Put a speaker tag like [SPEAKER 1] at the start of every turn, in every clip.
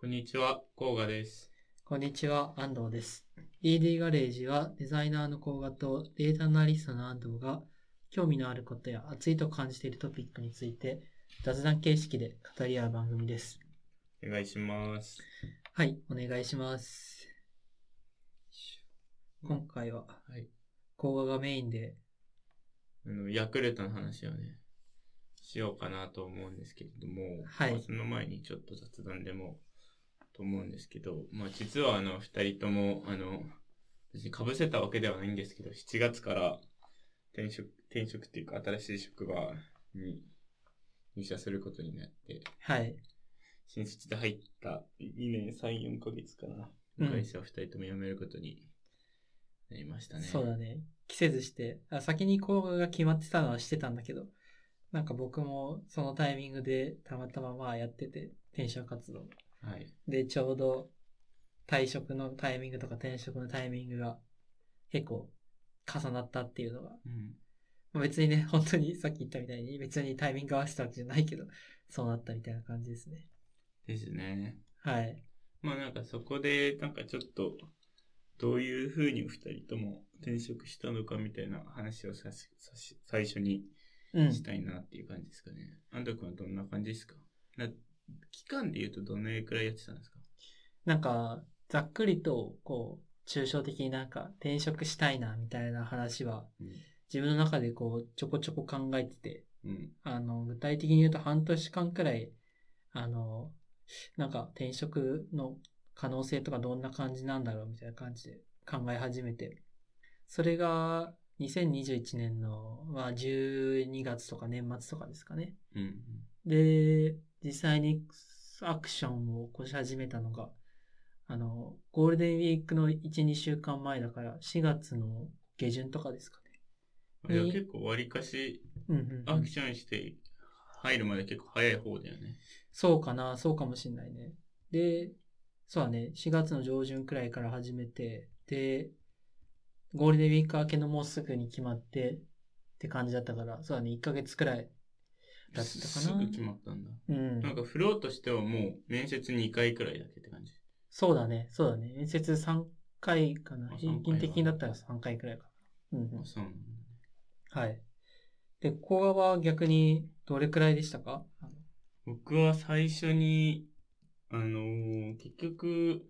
[SPEAKER 1] こんにちは、甲賀です。
[SPEAKER 2] こんにちは、安藤です。ED ガレージはデザイナーの甲賀とデータアナリストの安藤が興味のあることや熱いと感じているトピックについて雑談形式で語り合う番組です。
[SPEAKER 1] お願いします。
[SPEAKER 2] はい、お願いします。今回は
[SPEAKER 1] はい。
[SPEAKER 2] 甲賀がメインで、
[SPEAKER 1] あの、ヤクルトの話をね、しようかなと思うんですけれども、
[SPEAKER 2] はい
[SPEAKER 1] まあその前にちょっと雑談でも、と思うんですけど、まあ実はあの、二人とも、あの、別に被せたわけではないんですけど、7月から転職、転職っていうか新しい職場に入社することになって、
[SPEAKER 2] はい、
[SPEAKER 1] 新卒で入った2年3、4ヶ月かな。
[SPEAKER 2] うん
[SPEAKER 1] 会社を2人とも辞めることになりましたね。
[SPEAKER 2] そうだね。季節して、あ先に甲賀が決まってたのはしてたんだけど、なんか僕もそのタイミングでたまたままあやってて、転職活動。
[SPEAKER 1] はい。
[SPEAKER 2] で、ちょうど退職のタイミングとか転職のタイミングが結構重なったっていうのが、
[SPEAKER 1] うん。
[SPEAKER 2] まあ別にね、 本当にさっき言ったみたいに別にタイミング合わせたわけじゃないけど、そうなったみたいな感じですね。
[SPEAKER 1] ですね。
[SPEAKER 2] はい。
[SPEAKER 1] まあなんかそこで、なんかちょっと、どういうふうに2人とも転職したのかみたいな話をさしさし最初に
[SPEAKER 2] うん。
[SPEAKER 1] したいなっていう感じですかね。安藤君はどんな感じですかな期間で言うとどのくらいやってたんですか
[SPEAKER 2] なんか、ざっくりと、こう、抽象的になんか転職したいなみたいな話は、
[SPEAKER 1] う
[SPEAKER 2] 自分の中でこう、ちょこちょこ考えてて、
[SPEAKER 1] ん。うん。
[SPEAKER 2] あの、具体的に言うと半年間くらい、あの、なんか転職の可能性とかどんな感じなんだろうみたいな感じで考え始めて。それが2021年の、まあ、12月とか年末とかですかね。
[SPEAKER 1] うん。
[SPEAKER 2] で、実際にアクションを起こし始めたのが、あの、ゴールデンウィークの1、2週間前だから4月の下旬とかですかね。
[SPEAKER 1] あれは
[SPEAKER 2] に
[SPEAKER 1] 結構わりかし
[SPEAKER 2] うんうんうん、
[SPEAKER 1] アクションして入るまで結構早い方だよね。
[SPEAKER 2] そうかな、そうかもしんないね。で、そうだね、4月の上旬くらいから始めて、で、ゴールデンウィーク明けのもうすぐに決まって、って感じだったから、そうだね、1ヶ月くらいだったかな。
[SPEAKER 1] すぐ決まったんだ。
[SPEAKER 2] うん。
[SPEAKER 1] なんかフローとしてはもう面接2回くらいだけって感じ。
[SPEAKER 2] そうだね、そうだね。面接3回か
[SPEAKER 1] あ
[SPEAKER 2] な。
[SPEAKER 1] 3
[SPEAKER 2] 平均的にだったら3回くらいかな。うん、う
[SPEAKER 1] あ、
[SPEAKER 2] ん。
[SPEAKER 1] そうなんだ。
[SPEAKER 2] はい。で、ここは逆にどれくらいでしたかあの
[SPEAKER 1] 僕は最初に、あのー結局、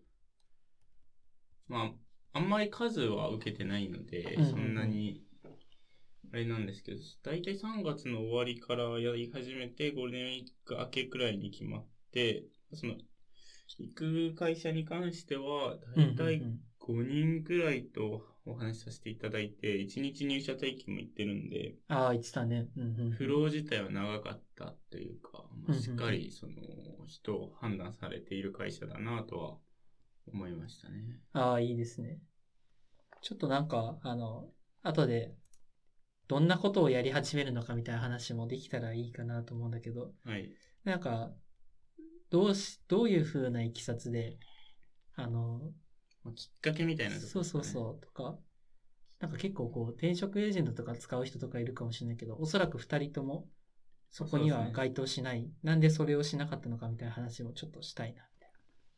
[SPEAKER 1] まあ、あんまり数は受けてないので、
[SPEAKER 2] うん
[SPEAKER 1] そんなに、あれなんですけど、だいたい3月の終わりからやり始めて、ゴールデンウィーク明けくらいに決まって、その、行く会社に関しては、だいたい
[SPEAKER 2] うんうんうん
[SPEAKER 1] 5人くらいとお話しさせていただいて、1日入社体験も行ってるんで、
[SPEAKER 2] ああ、言ってたね。うんうんうん。
[SPEAKER 1] フロー自体は長かったというか、ま
[SPEAKER 2] うん
[SPEAKER 1] あ、
[SPEAKER 2] うん
[SPEAKER 1] しっかりその人を判断されている会社だなとは思いましたね。
[SPEAKER 2] ああ、いいですね。ちょっとなんか、あの、後で、どんなことをやり始めるのかみたいな話もできたらいいかなと思うんだけど、
[SPEAKER 1] はい。
[SPEAKER 2] なんか、どうし、どういう風な経さつで、あの、
[SPEAKER 1] まあ、きっかけみたいなとこ
[SPEAKER 2] そうそう
[SPEAKER 1] う。
[SPEAKER 2] そう、とか、なんか結構こう、転職エージェントとか使う人とかいるかもしれないけど、おそらく二人とも、そこに
[SPEAKER 1] そうで
[SPEAKER 2] は
[SPEAKER 1] すね
[SPEAKER 2] 該当しない、なんでそれをしなかったのかみたいな話もちょっとしたいな、みたい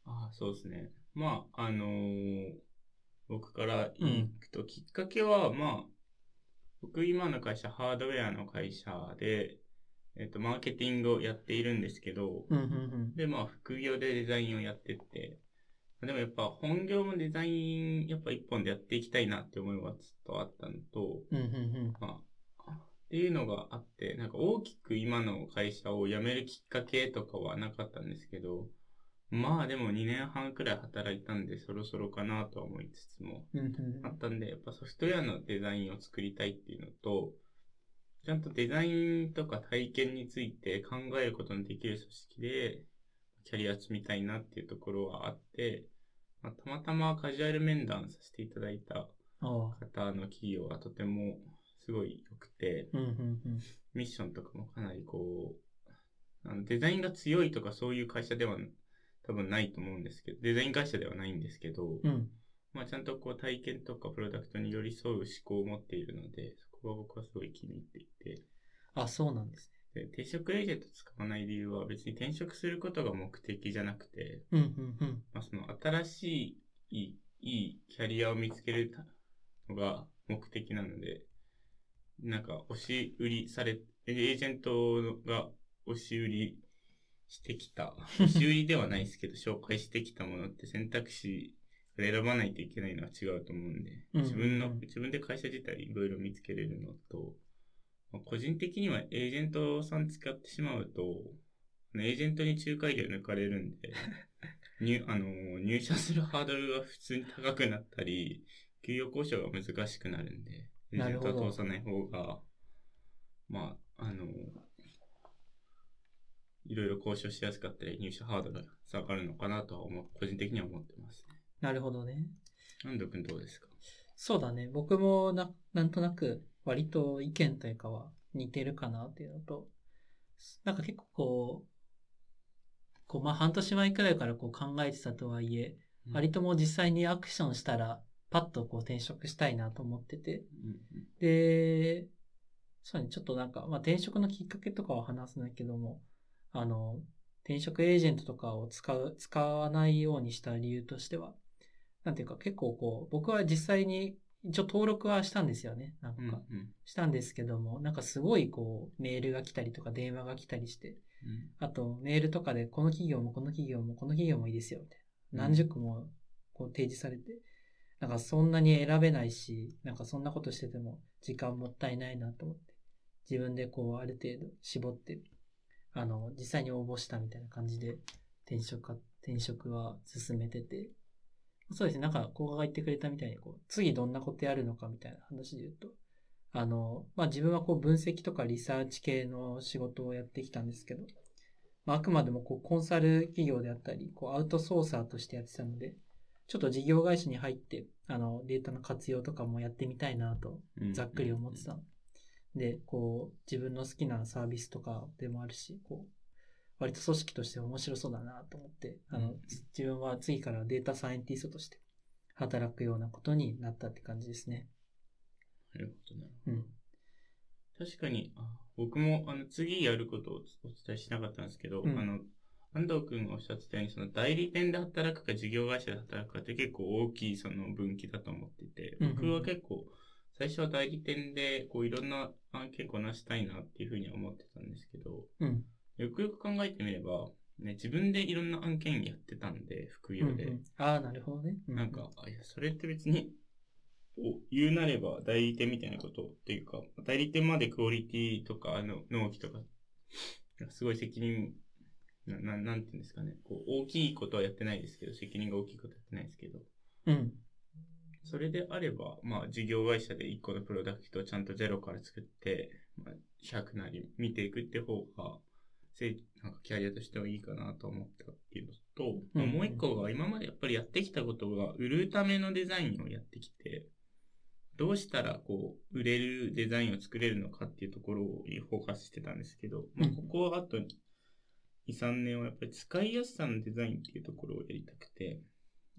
[SPEAKER 1] ああ、そうですね。まあ、あのー僕から言くと、きっかけは、まあ、僕今の会社、ハードウェアの会社で、えっ、と、マーケティングをやっているんですけど、
[SPEAKER 2] な。うん、うん、うん。
[SPEAKER 1] で、まあ、副業でデザインをやってって、でもやっぱ本業もデザイン、やっぱ一本でやっていきたいなって思いはずっとあったのと、
[SPEAKER 2] うん、うん、うん。
[SPEAKER 1] まあ、っていうのがあって、なんか大きく今の会社を辞めるきっかけとかはなかったんですけど、まあでも2年半くらい働いたんでそろそろかなとは思いつつも、
[SPEAKER 2] うん、うん
[SPEAKER 1] あったんで、やっぱソフトウェアのデザインを作りたいっていうのと、ちゃんとデザインとか体験について考えることのできる組織で、キャリア積みたいなっていうところはあって、まあ、たまたまカジュアル面談させていただいた
[SPEAKER 2] ああ。
[SPEAKER 1] 方の企業はとてもすごい良くて、
[SPEAKER 2] うん、うん、うん。
[SPEAKER 1] ミッションとかもかなりこう、あのデザインが強いとかそういう会社では多分ないと思うんですけど、デザイン会社ではないんですけど、
[SPEAKER 2] うん。
[SPEAKER 1] まあ、ちゃんとこう体験とかプロダクトに寄り添う思考を持っているので、そこが僕はすごい気に入っていて、
[SPEAKER 2] あ、そうなんですね。
[SPEAKER 1] で転職エージェント使わない理由は別に転職することが目的じゃなくて、
[SPEAKER 2] うんうんうん。
[SPEAKER 1] まあ、その新しいいいいキャリアを見つけるのが目的なので、なんか押し売りされ、エージェントが押し売りしてき た、押し売りではないですけど、紹介してきたものって選択肢を選ばないといけないのは違うと思うんで、
[SPEAKER 2] うん
[SPEAKER 1] 自分
[SPEAKER 2] う
[SPEAKER 1] の、
[SPEAKER 2] ん
[SPEAKER 1] 自分で会社自体いろいろ見つけれるのと、まあ個人的にはエージェントさん使ってしまうと、エージェントに仲介料抜かれるん で、入あのー入社するハードルが普通に高くなったり、給与交渉が難しくなるんで、エー
[SPEAKER 2] な
[SPEAKER 1] ジ
[SPEAKER 2] る
[SPEAKER 1] ェン
[SPEAKER 2] ほど
[SPEAKER 1] トは通さない方が、まあ、あのーいろいろ交渉しやすかったり、入社ハードルが下がるのかなとは思う、個人的には思ってますね。
[SPEAKER 2] なるほどね。
[SPEAKER 1] 安藤君どうですか
[SPEAKER 2] そうだね。僕もな、なんとなく割と意見というかは似てるかなっていうのと、なんか結構こう、こうまあ半年前くらいからこう考えてたとはいえ、割ともう実際にアクションしたら、パッとこう転職したいなと思ってて、
[SPEAKER 1] うんうん
[SPEAKER 2] で、そうね、ちょっとなんか、まあ、転職のきっかけとかは話せないけども、あの、転職エージェントとかを使う、使わないようにした理由としては、なんていうか結構こう、僕は実際に一応登録はしたんですよね、なんか。
[SPEAKER 1] うんうん
[SPEAKER 2] したんですけども、なんかすごいこう、メールが来たりとか電話が来たりして、
[SPEAKER 1] うん
[SPEAKER 2] あとメールとかでこの企業もこの企業もこの企業もいいですよ、みたい
[SPEAKER 1] う
[SPEAKER 2] な。
[SPEAKER 1] ん
[SPEAKER 2] 何十個もこう提示されて、なんかそんなに選べないし、なんかそんなことしてても時間もったいないなと思って、自分でこうある程度絞って、あの、実際に応募したみたいな感じで転職か、転職は進めてて、そうですね、なんか、ここが言ってくれたみたいに、こう、次どんなことやるのかみたいな話で言うと、あの、まあ、自分はこう分析とかリサーチ系の仕事をやってきたんですけど、まあ、あくまでもこうコンサル企業であったり、こうアウトソーサーとしてやってたので、ちょっと事業会社に入って、あの、データの活用とかもやってみたいなと
[SPEAKER 1] うん
[SPEAKER 2] ざっくり思ってたの。で、こう、自分の好きなサービスとかでもあるし、こう、割と組織として面白そうだなと思って、あ
[SPEAKER 1] う
[SPEAKER 2] の
[SPEAKER 1] ん、
[SPEAKER 2] つ自分は次からデータサイエンティストとして働くようなことになったって感じですね。
[SPEAKER 1] なるほどなるほど
[SPEAKER 2] うん。
[SPEAKER 1] 確かに、あ僕もあの次やることをお伝えしなかったんですけど、
[SPEAKER 2] うん
[SPEAKER 1] あの安藤君がおっしゃってたように、その代理店で働くか事業会社で働くかって結構大きいその分岐だと思ってて、
[SPEAKER 2] うんうん
[SPEAKER 1] 僕は結構最初は代理店でこういろんな案件こなしたいなっていうふうには思ってたんですけど、
[SPEAKER 2] うん。
[SPEAKER 1] よくよく考えてみれば、ね、自分でいろんな案件やってたんで、副
[SPEAKER 2] うんう
[SPEAKER 1] 業で。
[SPEAKER 2] ん、ああ、なるほどね。う
[SPEAKER 1] なんか、、あいや、それって別に、お言うなれば代理店みたいなことっていうか、代理店までクオリティとか、あの、納期とか、すごい責任、な、ななんていうんですかね、こう、大きいことはやってないですけど、責任が大きいことはやってないですけど、
[SPEAKER 2] うん。
[SPEAKER 1] それであれば、まあ、事業会社で1個のプロダクトをちゃんとゼロから作って、まあ、100なり見ていくって方が、せいなんかキャリアとしてはいいかなと思ったっていうのと、
[SPEAKER 2] うんうん
[SPEAKER 1] もう一個が今までやっぱりやってきたことが、売るためのデザインをやってきて、どうしたらこう、売れるデザインを作れるのかっていうところにフォーカスしてたんですけど、まあ、
[SPEAKER 2] うん
[SPEAKER 1] ここはあと2、3年はやっぱり使いやすさのデザインっていうところをやりたくて、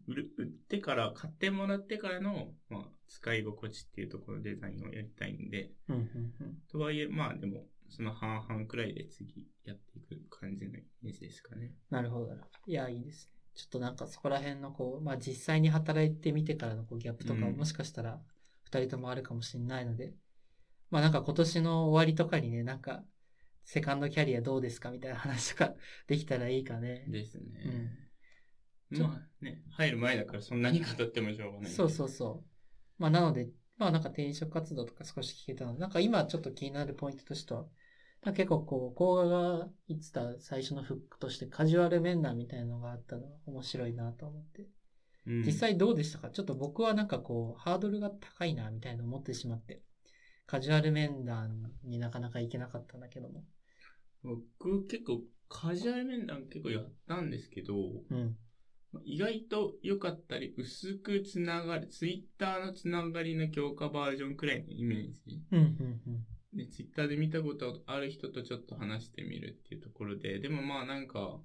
[SPEAKER 1] 売る売ってから、買ってもらってからの、まあ、使い心地っていうところのデザインをやりたいんで、
[SPEAKER 2] うんうんうん。
[SPEAKER 1] とはいえ、まあでも、その半々くらいで次やっていく感じのイメージですかね。
[SPEAKER 2] なるほどな。いや、いいですね。ちょっとなんかそこら辺のこう、まあ実際に働いてみてからのこうギャップとか
[SPEAKER 1] うん
[SPEAKER 2] もしかしたら2人ともあるかもしれないので、まあなんか今年の終わりとかにね、なんかセカンドキャリアどうですかみたいな話とか できたらいいかね。
[SPEAKER 1] ですね。まあね、入る前だからそんなに語ってもしょうがない。
[SPEAKER 2] そうそうそう。まあなので、まあなんか転職活動とか少し聞けたので、なんか今ちょっと気になるポイントとしては、なんか結構こう、甲賀が言ってた最初のフックとしてカジュアル面談みたいなのがあったのは面白いなと思って。
[SPEAKER 1] うん。
[SPEAKER 2] 実際どうでしたかちょっと僕はなんかこう、ハードルが高いな、みたいな思ってしまって。カジュアル面談になかなか行けなかったんだけども。
[SPEAKER 1] 僕結構カジュアル面談結構やったんですけど、
[SPEAKER 2] うん。
[SPEAKER 1] 意外と良かったり、薄くつながる、ツイッターのつながりの強化バージョンくらいのイメージ。
[SPEAKER 2] うん、うん、
[SPEAKER 1] で、ツイッターで見たことある人とちょっと話してみるっていうところで、でもまあなんか、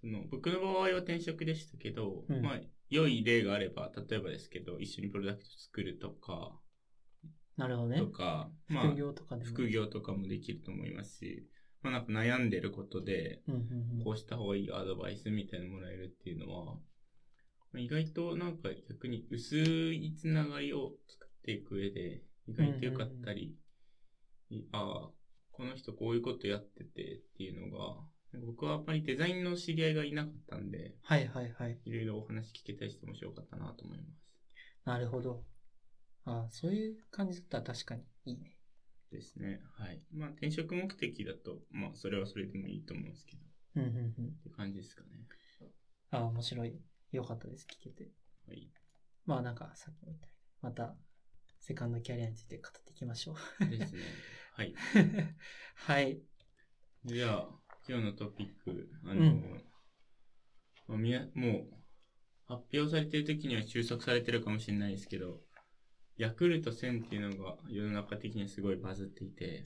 [SPEAKER 1] その僕の場合は転職でしたけど、
[SPEAKER 2] うん
[SPEAKER 1] まあ良い例があれば、例えばですけど、一緒にプロダクト作るとか、
[SPEAKER 2] なるほどね
[SPEAKER 1] と。か、まあ
[SPEAKER 2] 副業とかでも。
[SPEAKER 1] 副業とかもできると思いますし、まあなんか悩んでることで、
[SPEAKER 2] うんうんうん
[SPEAKER 1] こうした方がいいアドバイスみたいなのもらえるっていうのは、まあ意外となんか逆に薄いつながりを作っていく上で、意外と良かったり、いああ、この人こういうことやっててっていうのが、なんか僕はあんまりデザインの知り合いがいなかったんで、
[SPEAKER 2] はいはいはい。
[SPEAKER 1] いろいろお話聞けたりして面白かったなと思います。
[SPEAKER 2] なるほど。ああ、そういう感じだったら確かにいいね。
[SPEAKER 1] ですね。はい。まあ転職目的だと、まあそれはそれでもいいと思うんですけど、っ
[SPEAKER 2] うんうんうん。
[SPEAKER 1] て感じですかね。
[SPEAKER 2] ああ、面白い。よかったです。聞けて。
[SPEAKER 1] はい。
[SPEAKER 2] まあなんかさっきみたいに。また、セカンドキャリアについて語っていきましょう。
[SPEAKER 1] ですね。はい。
[SPEAKER 2] はい。
[SPEAKER 1] じゃあ、今日のトピック、あの、
[SPEAKER 2] うん
[SPEAKER 1] まあみやもう、発表されてる時には収束されてるかもしれないですけど、ヤクルト1000っていうのが世の中的にはすごいバズってい て、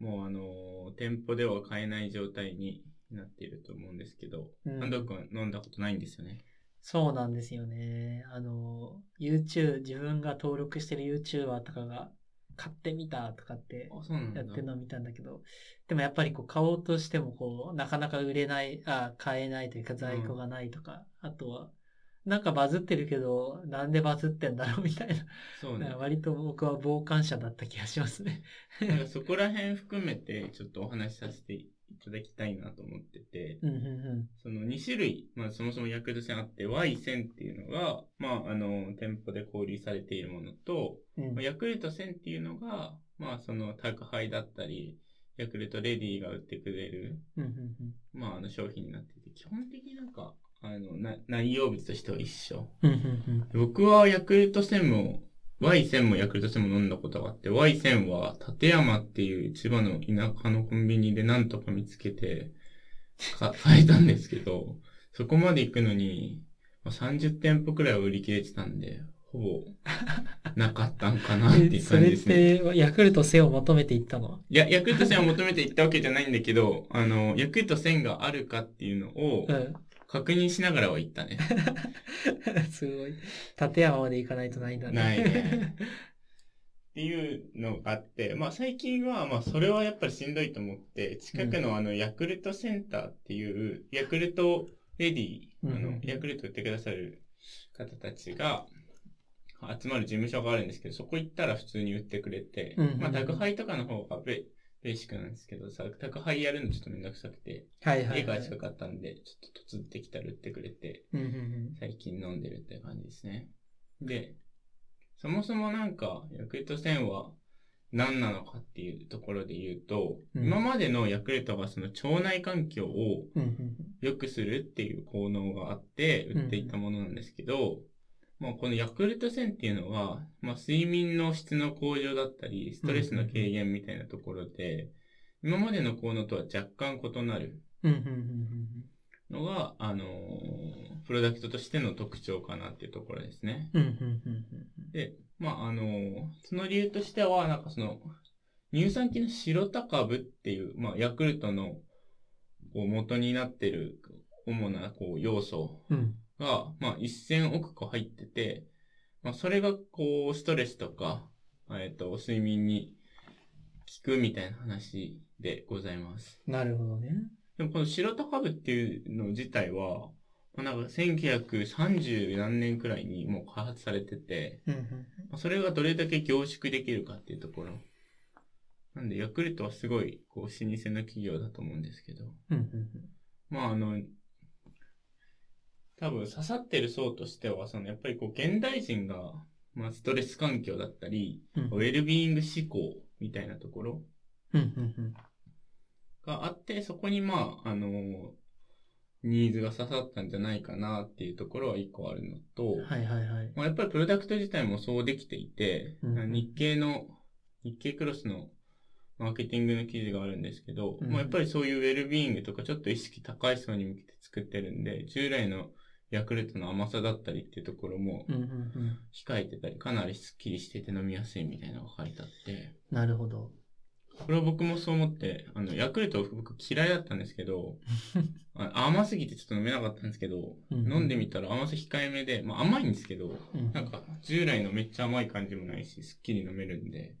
[SPEAKER 1] もうあの、店舗では買えない状態になっていると思うんですけど、
[SPEAKER 2] うん
[SPEAKER 1] 安藤君は飲んだことないんですよね。
[SPEAKER 2] そうなんですよね。あの、YouTube、自分が登録してる YouTuber とかが、買ってみたとかって
[SPEAKER 1] あ、そうなんだ。
[SPEAKER 2] やってるのを見たんだけど、でもやっぱりこう買おうとしてもこう、なかなか売れない、あ買えないというか在庫がないとか、あとは、なんかバズってるけど、なんでバズってんだろうみたいな。
[SPEAKER 1] そう
[SPEAKER 2] だか
[SPEAKER 1] ね
[SPEAKER 2] ら。割と僕は傍観者だった気がしま すね。
[SPEAKER 1] なんかそこら辺含めて、ちょっとお話しさせていただきたいなと思ってて、
[SPEAKER 2] うんう
[SPEAKER 1] その2種類、まあそもそもヤクルト線あって Y 線っていうのが、まああの、店舗で交流されているものと、
[SPEAKER 2] んう
[SPEAKER 1] ま
[SPEAKER 2] ん。う
[SPEAKER 1] あ
[SPEAKER 2] ん、
[SPEAKER 1] ヤクルト線っていうのが、まあその宅配だったり、ヤクルトレディが売ってくれる、
[SPEAKER 2] うんうんうん。
[SPEAKER 1] まああの商品になってて、基本的になんか、あの、な内容物としては一緒。
[SPEAKER 2] うんうん
[SPEAKER 1] 僕はヤクルト線も、Y 線もヤクルト線も飲んだことがあって、Y 線は立山っていう千葉の田舎のコンビニでなんとか見つけて、 か、買えたんですけど、そこまで行くのに、まあ30店舗くらいは売り切れてたんで、ほぼ、なかったんかなっ
[SPEAKER 2] う
[SPEAKER 1] て
[SPEAKER 2] ん。え
[SPEAKER 1] いう
[SPEAKER 2] そ
[SPEAKER 1] 感じで
[SPEAKER 2] れっ
[SPEAKER 1] すね。
[SPEAKER 2] て、ヤクルト1000を求めていったの
[SPEAKER 1] いや、ヤクルト線を求めて行ったわけじゃないんだけど、あの、ヤクルト線があるかっていうのを
[SPEAKER 2] うん。
[SPEAKER 1] 確認しながらは行ったね。
[SPEAKER 2] すごい。立山まで行かないとないんだね。
[SPEAKER 1] ないね。っていうのがあって、まあ最近は、まあそれはやっぱりしんどいと思って、近くのあの、ヤクルトセンターっていう、ヤクルトレディ、あ
[SPEAKER 2] うんうん
[SPEAKER 1] の、ヤクルト売ってくださる方たちが、集まる事務所があるんですけど、そこ行ったら普通に売ってくれて、
[SPEAKER 2] うんうんうん
[SPEAKER 1] まあ宅配とかの方がベベーシックなんですけどさ、宅配やるのちょっとめんどくさくて、
[SPEAKER 2] はいはい、
[SPEAKER 1] 家
[SPEAKER 2] は
[SPEAKER 1] が
[SPEAKER 2] い。
[SPEAKER 1] 近かったんで、ちょっと突ってきたら売ってくれて、
[SPEAKER 2] うんうんうん。
[SPEAKER 1] 最近飲んでるって感じですね。で、そもそもなんか、ヤクルト1000は何なのかっていうところで言うと、
[SPEAKER 2] うん
[SPEAKER 1] 今までのヤクルトがその腸内環境を
[SPEAKER 2] うんうん
[SPEAKER 1] 良くするっていう効能があって売っていたものなんですけど、まあこのヤクルト1000っていうのは、まあ睡眠の質の向上だったり、ストレスの軽減みたいなところで、今までの効能とは若干異なる
[SPEAKER 2] うん。うんうんうん
[SPEAKER 1] のが、あのープロダクトとしての特徴かなっていうところですね。
[SPEAKER 2] うん。うんうんうんうん
[SPEAKER 1] で、まあ、あのーその理由としては、なんかその、乳酸菌の白タ株っていう、まあ、ヤクルトの、こう、元になってる、主な、こう、要素
[SPEAKER 2] うん。うん。
[SPEAKER 1] が、まあ、1000億個入ってて、まあ、それが、こう、ストレスとか、えっ、と、睡眠に効くみたいな話でございます。
[SPEAKER 2] なるほどね。
[SPEAKER 1] でもこの白タ株っていうの自体は、まあなんか1930何年くらいにもう開発されてて、
[SPEAKER 2] うんうん
[SPEAKER 1] まあそれがどれだけ凝縮できるかっていうところ。なんで、ヤクルトはすごい、こう、老舗の企業だと思うんですけど。
[SPEAKER 2] うんうん
[SPEAKER 1] まあ、あの、多分刺さってる層としては、その、やっぱりこう、現代人が、まあ、ストレス環境だったり、
[SPEAKER 2] うん。
[SPEAKER 1] ウェルビーイング思考みたいなところ
[SPEAKER 2] うんうんうん。
[SPEAKER 1] があって、そこにまあ、あのニーズが刺さったんじゃないかなっていうところは一個あるのと、
[SPEAKER 2] はいはいはい。
[SPEAKER 1] まあ、やっぱりプロダクト自体もそうできていて、
[SPEAKER 2] うん
[SPEAKER 1] 日経の、日経クロスのマーケティングの記事があるんですけど、
[SPEAKER 2] うん
[SPEAKER 1] まあ、やっぱりそういうウェルビーイングとかちょっと意識高い層に向けて作ってるんで、従来のヤクルトの甘さだったりっていうところも
[SPEAKER 2] うんうんうん。
[SPEAKER 1] 控えてたり、かなりスッキリしてて飲みやすいみたいなのが書いてあって、
[SPEAKER 2] なるほど。
[SPEAKER 1] これは僕もそう思って、あの、ヤクルト僕嫌いだったんですけ ど、あ甘すぎてちょっと飲めなかったんですけど、
[SPEAKER 2] うん
[SPEAKER 1] 飲んでみたら甘さ控えめで、まあ甘いんですけど、
[SPEAKER 2] うん
[SPEAKER 1] なんか従来のめっちゃ甘い感じもないし、すっきり飲めるんで、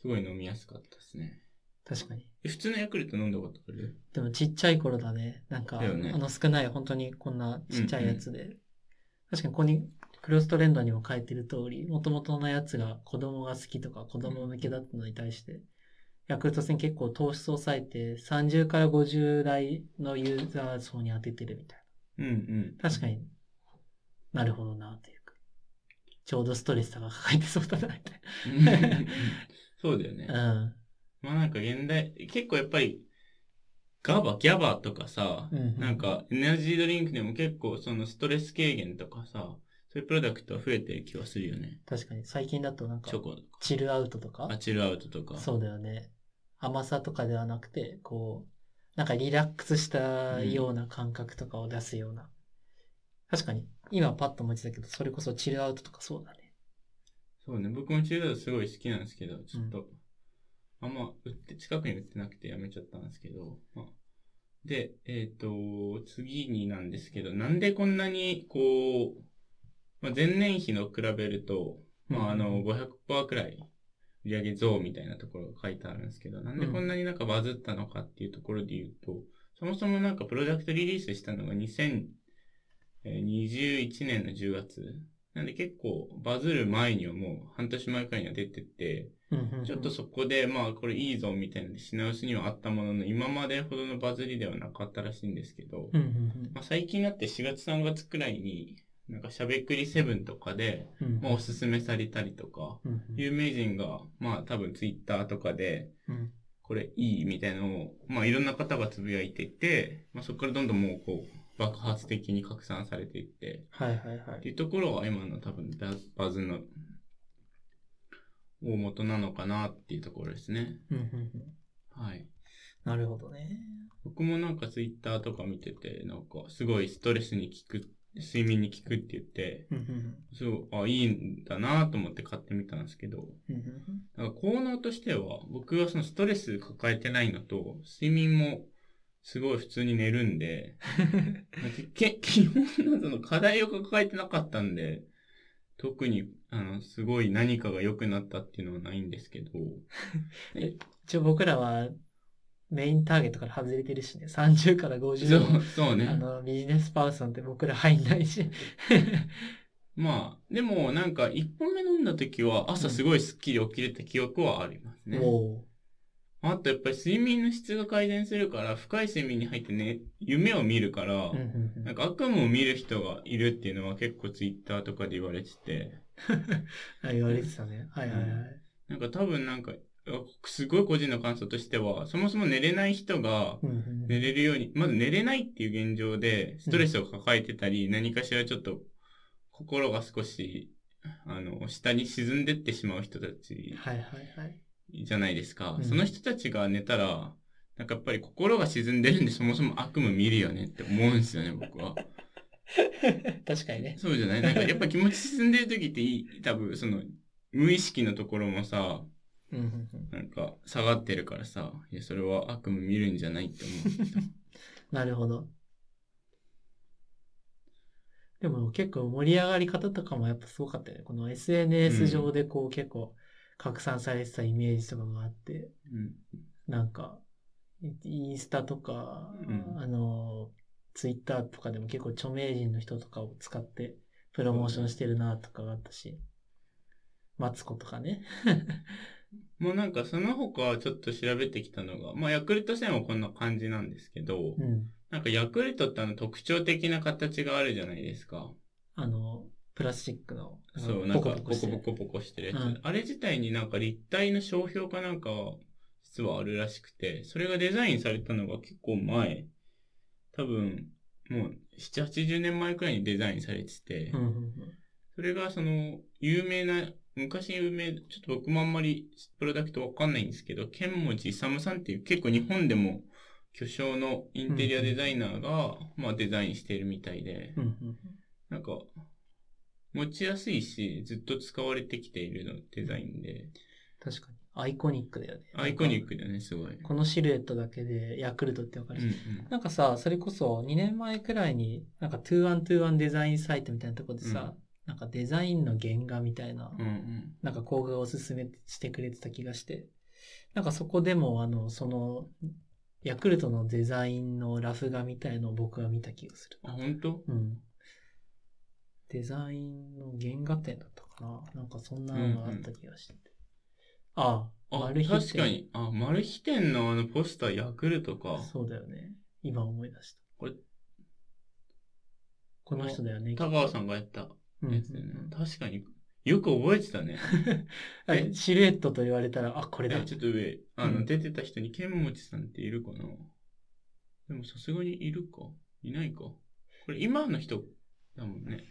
[SPEAKER 1] すごい飲みやすかったですね。
[SPEAKER 2] 確かに。
[SPEAKER 1] え普通のヤクルト飲んだことある
[SPEAKER 2] でもちっちゃい頃だね。なんか、
[SPEAKER 1] だよね
[SPEAKER 2] あの少ない、本当にこんなちっちゃいやつで。確かにここに、クロストレンドにも書いてる通り、もともとのやつが子供が好きとか子供向けだったのに対して、ヤクルト戦結構糖質を抑えて30から50代のユーザー層に当ててるみたい
[SPEAKER 1] うんうん。
[SPEAKER 2] な。確かになるほどなというか。ちょうどストレスとか抱えてそうだな、みたい
[SPEAKER 1] うんそうだよね。
[SPEAKER 2] な。
[SPEAKER 1] まあなんか現代、結構やっぱり、ガバ、ギャバとかさ、
[SPEAKER 2] うんうん
[SPEAKER 1] なんかエネルギードリンクでも結構そのストレス軽減とかさ、そういうプロダクトは増えてる気はするよね。
[SPEAKER 2] 確かに最近だとなんか
[SPEAKER 1] チョ、コとか、
[SPEAKER 2] チルアウトとか。
[SPEAKER 1] アチルアウトとか。
[SPEAKER 2] そうだよね。甘さとかではなくて、こう、なんかリラックスしたような感覚とかを出すような。確かに、今パッと思ってたけど、それこそチルアウトとかそうだね。
[SPEAKER 1] そうね、僕もチルドすごい好きなんですけど、ちょっと、あんま売って、近くに売ってなくてやめちゃったんですけど、まあで、えっ、と、次になんですけど、なんでこんなに、こう、まあ、前年比の比べると、まあ、あの、500%くらい売上増みたいなところが書いてあるんですけど、なんでこんなになんかバズったのかっていうところで言うと、そもそもなんかプロダクトリリースしたのが2021年の10月。なんで結構バズる前にはもう半年前くらいには出てて、
[SPEAKER 2] うんうんうん、
[SPEAKER 1] ちょっとそこでまあこれいいぞみたいなので品薄にはあったものの、今までほどのバズりではなかったらしいんですけど、
[SPEAKER 2] うんうん
[SPEAKER 1] まあ、最近になって4月3月くらいに、なんかしゃべくりセブンとかで、
[SPEAKER 2] うん。うん
[SPEAKER 1] まあ、おすすめされたりとか、
[SPEAKER 2] うんうん
[SPEAKER 1] 有名人が、まあ多分ツイッターとかで、
[SPEAKER 2] うん
[SPEAKER 1] これいいみたいなのを、まあいろんな方がつぶやいていて、まあそこからどんどんもうこう爆発的に拡散されていって、
[SPEAKER 2] はいはいは
[SPEAKER 1] って
[SPEAKER 2] い。
[SPEAKER 1] いうところが今の多分ババズの大元なのかなっていうところですね。
[SPEAKER 2] うんうんうん
[SPEAKER 1] はい。
[SPEAKER 2] なるほどね。
[SPEAKER 1] 僕もなんかツイッターとか見てて、なんかすごいストレスに効く、睡眠に効くって言って、
[SPEAKER 2] うんうん
[SPEAKER 1] すごい、あ、いいんだなと思って買ってみたんですけど、
[SPEAKER 2] うんうんうん
[SPEAKER 1] なんか効能としては、僕はそのストレス抱えてないのと、睡眠もすごい普通に寝るん で、け 基本のその課題を抱えてなかったんで、特に、あの、すごい何かが良くなったっていうのはないんですけど、
[SPEAKER 2] 一応僕らはメインターゲットから外れてるしね、30から50
[SPEAKER 1] そう、そう
[SPEAKER 2] あ
[SPEAKER 1] ね。
[SPEAKER 2] の、ビジネスパーソンって僕ら入んないし。
[SPEAKER 1] まあ、でもなんか一本目飲んだ時は朝すごいスッキリ起きれた記憶はあります ね。
[SPEAKER 2] おう
[SPEAKER 1] あとやっぱり睡眠の質が改善するから、深い睡眠に入ってね、夢を見るから、
[SPEAKER 2] うんうんうん
[SPEAKER 1] なんか悪夢を見る人がいるっていうのは結構ツイッターとかで言われてて、
[SPEAKER 2] あ、言われてたね。はいはいはい。
[SPEAKER 1] なんか多分なんか、あすごい個人の感想としては、そもそも寝れない人が
[SPEAKER 2] うんうん
[SPEAKER 1] 寝れるように、まず寝れないっていう現状でストレスを抱えてたり、何かしらちょっと心が少し、あの、下に沈んでってしまう人たち
[SPEAKER 2] はいはいはい。
[SPEAKER 1] じゃないですか
[SPEAKER 2] う。ん
[SPEAKER 1] その人たちが寝たら、なんかやっぱり心が沈んでるんでそもそも悪夢見るよねって思うんですよね、僕は。
[SPEAKER 2] 確かにね。
[SPEAKER 1] そうじゃないなんかやっぱ気持ち進んでる時っていい、多分その、無意識のところもさ、
[SPEAKER 2] うんうんうん
[SPEAKER 1] なんか下がってるからさ、いや、それは悪夢見るんじゃないって思う。
[SPEAKER 2] なるほど。でも結構盛り上がり方とかもやっぱすごかったよね。この SNS 上でこう結構拡散されてたイメージとかがあって、
[SPEAKER 1] うん。
[SPEAKER 2] なんか、イインスタとか、
[SPEAKER 1] うん
[SPEAKER 2] あの、ツイッターとかでも結構著名人の人とかを使ってプロモーションしてるなとかがあったし、マツコとかね。
[SPEAKER 1] もうなんかその他ちょっと調べてきたのが、まあヤクルト戦はこんな感じなんですけど、
[SPEAKER 2] うん。
[SPEAKER 1] なんかヤクルトってあの特徴的な形があるじゃないですか。
[SPEAKER 2] あの、プラスチックの、
[SPEAKER 1] そう、なんかボコ
[SPEAKER 2] してる
[SPEAKER 1] ボコボコしてるやつ。
[SPEAKER 2] うん
[SPEAKER 1] あれ自体になんか立体の商標かなんか実はあるらしくて、それがデザインされたのが結構前、多分もう7、80年前くらいにデザインされてて、
[SPEAKER 2] うんうん
[SPEAKER 1] それがその有名な、昔有名、ちょっと僕もあんまりプロダクトわかんないんですけど、剣持勇さんっていう結構日本でも巨匠のインテリアデザイナーが、まあデザインしてるみたいで、
[SPEAKER 2] うんうん
[SPEAKER 1] なんか、持ちやすいし、ずっと使われてきているのデザインで、
[SPEAKER 2] 確かに。アイコニックだよね。
[SPEAKER 1] アイコニッ
[SPEAKER 2] ク。
[SPEAKER 1] クだよね、すごい。うん
[SPEAKER 2] このシルエットだけでヤクルトってわかる、
[SPEAKER 1] うん
[SPEAKER 2] なんかさ、それこそ2年前くらいに、なんか2121デザインサイトみたいなところでさ、なんかデザインの原画みたいな、
[SPEAKER 1] うんうん。
[SPEAKER 2] なんか工具がおすすめしてくれてた気がして、なんかそこでも、あの、その、ヤクルトのデザインのラフ画みたいのを僕は見た気がする。
[SPEAKER 1] あ、本当
[SPEAKER 2] うん。デザインの原画展だったかななんかそんなのがあった気がして。ああ、
[SPEAKER 1] あ
[SPEAKER 2] マル、ヒ
[SPEAKER 1] 確かに。あ、マルヒ店のあのポスターヤクルトか。
[SPEAKER 2] そうだよね。今思い出した。
[SPEAKER 1] これ、
[SPEAKER 2] この人だよね。
[SPEAKER 1] 田川さんがやったや
[SPEAKER 2] うん
[SPEAKER 1] つだよね。確かに。よく覚えてた ね。
[SPEAKER 2] うんうんあシルエットと言われたら、あ、これだ
[SPEAKER 1] え。ちょっと上。あ
[SPEAKER 2] う
[SPEAKER 1] の、
[SPEAKER 2] ん
[SPEAKER 1] 出てた人に剣持さんっているかなでもさすがにいるかいないかこれ今の人だもんね。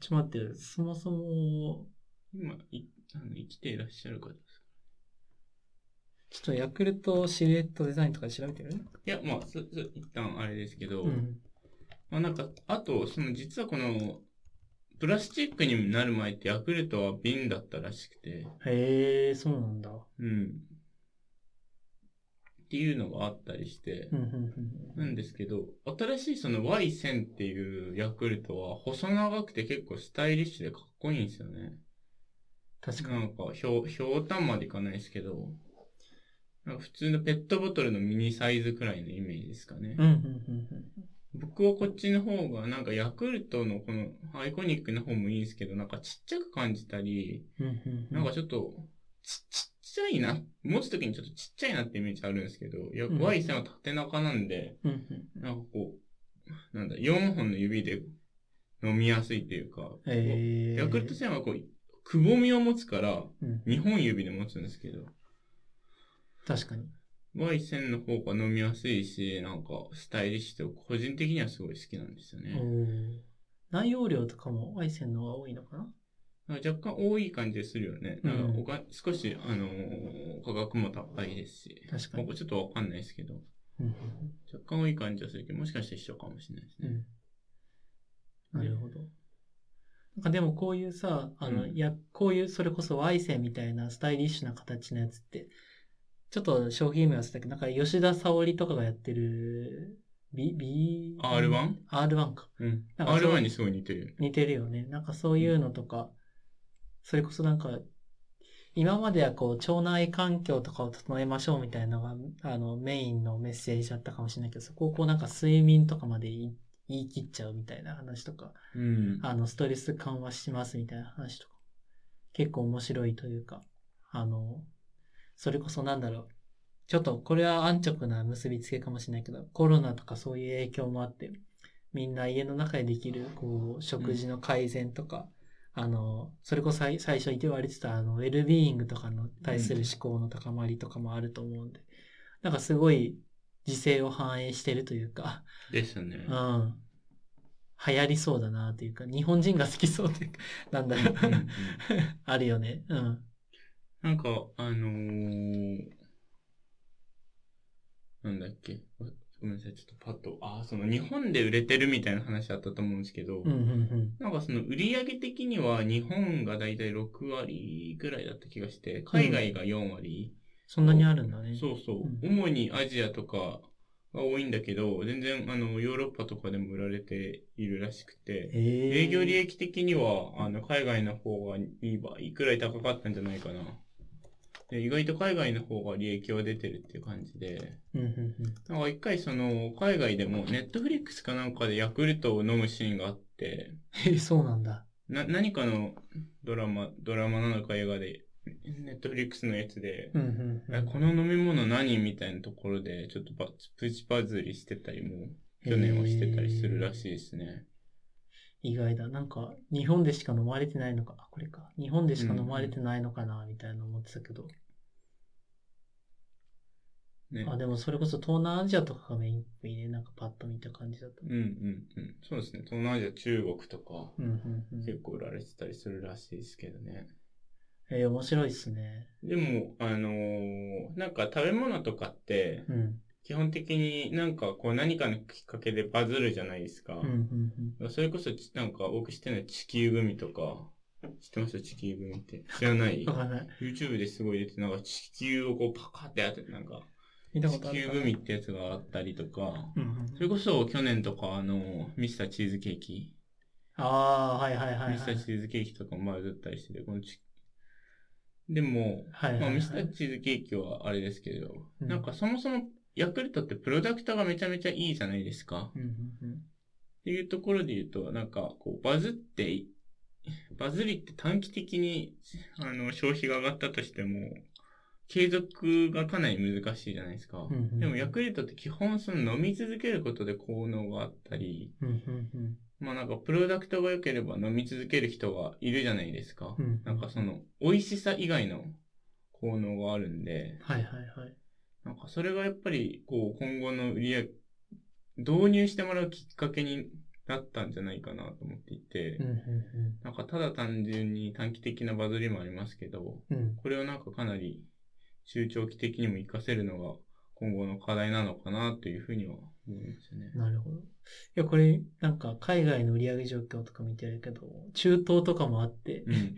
[SPEAKER 2] ちょっと待って、そもそも、
[SPEAKER 1] 今、いあの生きていらっしゃる方です
[SPEAKER 2] ちょっとヤクルトシルエットデザインとか調べてる
[SPEAKER 1] いや、まあ、そそ一旦あれですけど、
[SPEAKER 2] うん。
[SPEAKER 1] まあなんか、あと、その実はこの、プラスチックになる前ってヤクルトは瓶だったらしくて、
[SPEAKER 2] へえ、そうなんだ。
[SPEAKER 1] うん。っていうのがあったりして
[SPEAKER 2] う、ん、うん、う。
[SPEAKER 1] なんんですけど、新しいその Y1000 っていうヤクルトは細長くて結構スタイリッシュでかっこいいんですよね。
[SPEAKER 2] 確か
[SPEAKER 1] な
[SPEAKER 2] に。
[SPEAKER 1] んか、ひょう、ひょうたんまでいかないですけど、なんか普通のペットボトルのミニサイズくらいのイメージですかね。
[SPEAKER 2] うん、うん、うん
[SPEAKER 1] 僕はこっちの方が、なんかヤクルトのこのアイコニックの方もいいんですけど、なんかちっちゃく感じたり、
[SPEAKER 2] うん、うんうんうん。
[SPEAKER 1] なんかちょっと、ち、ちっちゃいな、持つときにちょっとちっちゃいなってイメージあるんですけど、いや、
[SPEAKER 2] うん
[SPEAKER 1] Y 線は縦中なんで、
[SPEAKER 2] うん、うんうん。
[SPEAKER 1] なんかこう、なんだ、4本の指で飲みやすいっていうか、
[SPEAKER 2] へえ。
[SPEAKER 1] ヤクルト線はこう、くぼみを持つから、
[SPEAKER 2] うん、
[SPEAKER 1] 2本指で持つんですけど、
[SPEAKER 2] 確かに。
[SPEAKER 1] Y 線の方が飲みやすいし、なんかスタイリッシュで、個人的にはすごい好きなんですよね。
[SPEAKER 2] おー内容量とかも愛線の方が多いのかな
[SPEAKER 1] なんか若干多い感じするよね。
[SPEAKER 2] う
[SPEAKER 1] なんんかおか少し、あのー価格も高いですし。
[SPEAKER 2] 確か
[SPEAKER 1] まあ
[SPEAKER 2] に
[SPEAKER 1] こ。れちょっとわかんないですけど、
[SPEAKER 2] うんうん
[SPEAKER 1] 若干多い感じはするけど、もしかして一緒かもしれないです
[SPEAKER 2] う
[SPEAKER 1] ね。
[SPEAKER 2] んなるほど。なんかでもこういうさ、あの、
[SPEAKER 1] うん
[SPEAKER 2] や、こういうそれこそ Y 線みたいなスタイリッシュな形のやつって、ちょっと商品名忘れたけど、なんか吉田沙保里とかがやってる、B、B、
[SPEAKER 1] R1?
[SPEAKER 2] R1 か。
[SPEAKER 1] うん。
[SPEAKER 2] なんかそう
[SPEAKER 1] R1 にすごい似てるよね。
[SPEAKER 2] 似てるよね。なんかそういうのとか、それこそなんか、今まではこう、腸内環境とかを整えましょうみたいなのが、あの、メインのメッセージだったかもしれないけど、そこをこうなんか睡眠とかまで言い言い切っちゃうみたいな話とか、
[SPEAKER 1] うん。
[SPEAKER 2] あの、ストレス緩和しますみたいな話とか、結構面白いというか、あの、それこそなんだろう、ちょっとこれは安直な結びつけかもしれないけど、コロナとかそういう影響もあって、みんな家の中でできる、こう、食事の改善とか、あの、それこそ最最初言われてた、あの、ウェルビーイングとかの対する思考の高まりとかもあると思うんで、なんかすごい、時勢を反映してるというか、
[SPEAKER 1] ですね。
[SPEAKER 2] うん。流行りそうだなというか、日本人が好きそうというか、なんだろう。
[SPEAKER 1] うんうん
[SPEAKER 2] あるよね。うん。
[SPEAKER 1] なんか、あのー、なんだっけ。ごごめんなさい、ちょっとパッと。あー、その日本で売れてるみたいな話あったと思うんですけど、
[SPEAKER 2] うんうん
[SPEAKER 1] なんかその売り上げ的には日本がだいたい6割ぐらいだった気がして、海外が4割。
[SPEAKER 2] そんなにあるんだね。
[SPEAKER 1] そうそう
[SPEAKER 2] うん。
[SPEAKER 1] 主にアジアとかが多いんだけど、全然あのヨーロッパとかでも売られているらしくて、
[SPEAKER 2] へー
[SPEAKER 1] 営業利益的にはあの海外の方が2倍くらい高かったんじゃないかな。で意外と海外の方が利益は出てるっていう感じで、
[SPEAKER 2] うんうんうん。
[SPEAKER 1] なんか一回その海外でもネットフリックスかなんかでヤクルトを飲むシーンがあって、
[SPEAKER 2] へえ、そうなんだ。
[SPEAKER 1] な、何かのドラマ、ドラマなのか映画で、ネットフリックスのやつで、
[SPEAKER 2] うんうんうん。
[SPEAKER 1] えこの飲み物何みたいなところで、ちょっとバプチパズりしてたりも、去年はしてたりするらしい
[SPEAKER 2] い。
[SPEAKER 1] ですね。
[SPEAKER 2] 意外だ。なんか、日本でしか飲まれてないのか。あ、これか。日本でしか飲まれてないのかな、みたいな思ってたけど。
[SPEAKER 1] ね。
[SPEAKER 2] あ、でもそれこそ東南アジアとかがメインっぽいね。なんかパッと見た感じだと。
[SPEAKER 1] うんうんうん。そうですね。東南アジア、中国とか、
[SPEAKER 2] うんうんうん。
[SPEAKER 1] 結構売られてたりするらしいですけどね。
[SPEAKER 2] えー面白いっすね。
[SPEAKER 1] でも、あのーなんか食べ物とかって、
[SPEAKER 2] うん。
[SPEAKER 1] 基本的になんかこう何かのきっかけでバズるじゃないですか。
[SPEAKER 2] うんうんうん。
[SPEAKER 1] それこそち、なんか、僕知ってるのは地球グミとか、知ってます地球グミって。知ら ない
[SPEAKER 2] わかんない。
[SPEAKER 1] ?YouTube ですごい出て、なんか地球をこうパカってやって、なんか、
[SPEAKER 2] 見たこ
[SPEAKER 1] 地
[SPEAKER 2] とある
[SPEAKER 1] 球
[SPEAKER 2] かな
[SPEAKER 1] グミってやつがあったりとか、
[SPEAKER 2] うんうん
[SPEAKER 1] それこそ去年とか、あの、ミスターチーズケーキ、
[SPEAKER 2] ああ、はいはいはい、はい。
[SPEAKER 1] ミスターチーズケーキとかもバズったりしてて、このちでも、
[SPEAKER 2] はいはい
[SPEAKER 1] ま
[SPEAKER 2] は
[SPEAKER 1] あ、
[SPEAKER 2] い
[SPEAKER 1] ミスターチーズケーキはあれですけど、
[SPEAKER 2] うん
[SPEAKER 1] なんかそもそもヤクルトってプロダクトがめちゃめちゃいいじゃないですか。
[SPEAKER 2] うんうんうん
[SPEAKER 1] っていうところで言うと、なんか、こう、バズってい、 バズりって短期的に、あの、消費が上がったとしても、継続がかなり難しいじゃないですか。
[SPEAKER 2] うんうん
[SPEAKER 1] でも、ヤクルトって基本、その、飲み続けることで効能があったり、
[SPEAKER 2] うんうんうん
[SPEAKER 1] まあなんか、プロダクトが良ければ飲み続ける人がいるじゃないですか。
[SPEAKER 2] うん
[SPEAKER 1] なんか、その、美味しさ以外の効能があるんで、
[SPEAKER 2] はいはいはい。
[SPEAKER 1] なんかそれがやっぱり、こう、今後の売り上げ、導入してもらうきっかけになったんじゃないかなと思っていて、
[SPEAKER 2] うんう
[SPEAKER 1] なんかただ単純に短期的なバズりもありますけど、
[SPEAKER 2] んうん。うん。
[SPEAKER 1] これをなんかかなり中長期的にも活かせるのが今後の課題なのかなというふうには思いましたね。
[SPEAKER 2] なるほど。いや、これ、なんか、海外の売り上げ状況とか見てるけど、中東とかもあって、
[SPEAKER 1] うん。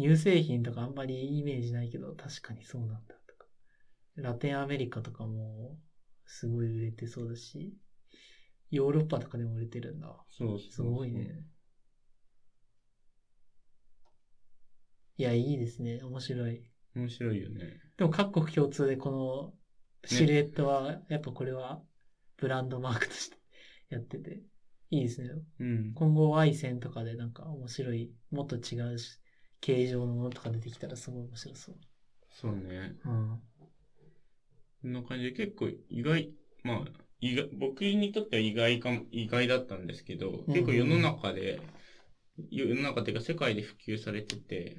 [SPEAKER 2] 乳製品とかあんまりイメージないけど、確かにそうなんだとか。ラテンアメリカとかも、すごい売れてそうだし、ヨーロッパとかでも売れてるんだ。
[SPEAKER 1] そうそう
[SPEAKER 2] すごいね。。いや、いいですね。面白い。
[SPEAKER 1] 面白いよね。
[SPEAKER 2] でも各国共通でこのシルエットは、やっぱこれはブランドマークとして やってて、いいですね。
[SPEAKER 1] うん。
[SPEAKER 2] 今後 Y 線とかでなんか面白い、もっと違うし形状のものとか出てきたらすごい面白そう。
[SPEAKER 1] そうね。
[SPEAKER 2] うん。
[SPEAKER 1] こんな感じで結構意外、まあ、意外、僕にとっては意外かも、意外だったんですけど、
[SPEAKER 2] うん
[SPEAKER 1] 結構世の中で、世の中っていうか世界で普及されてて、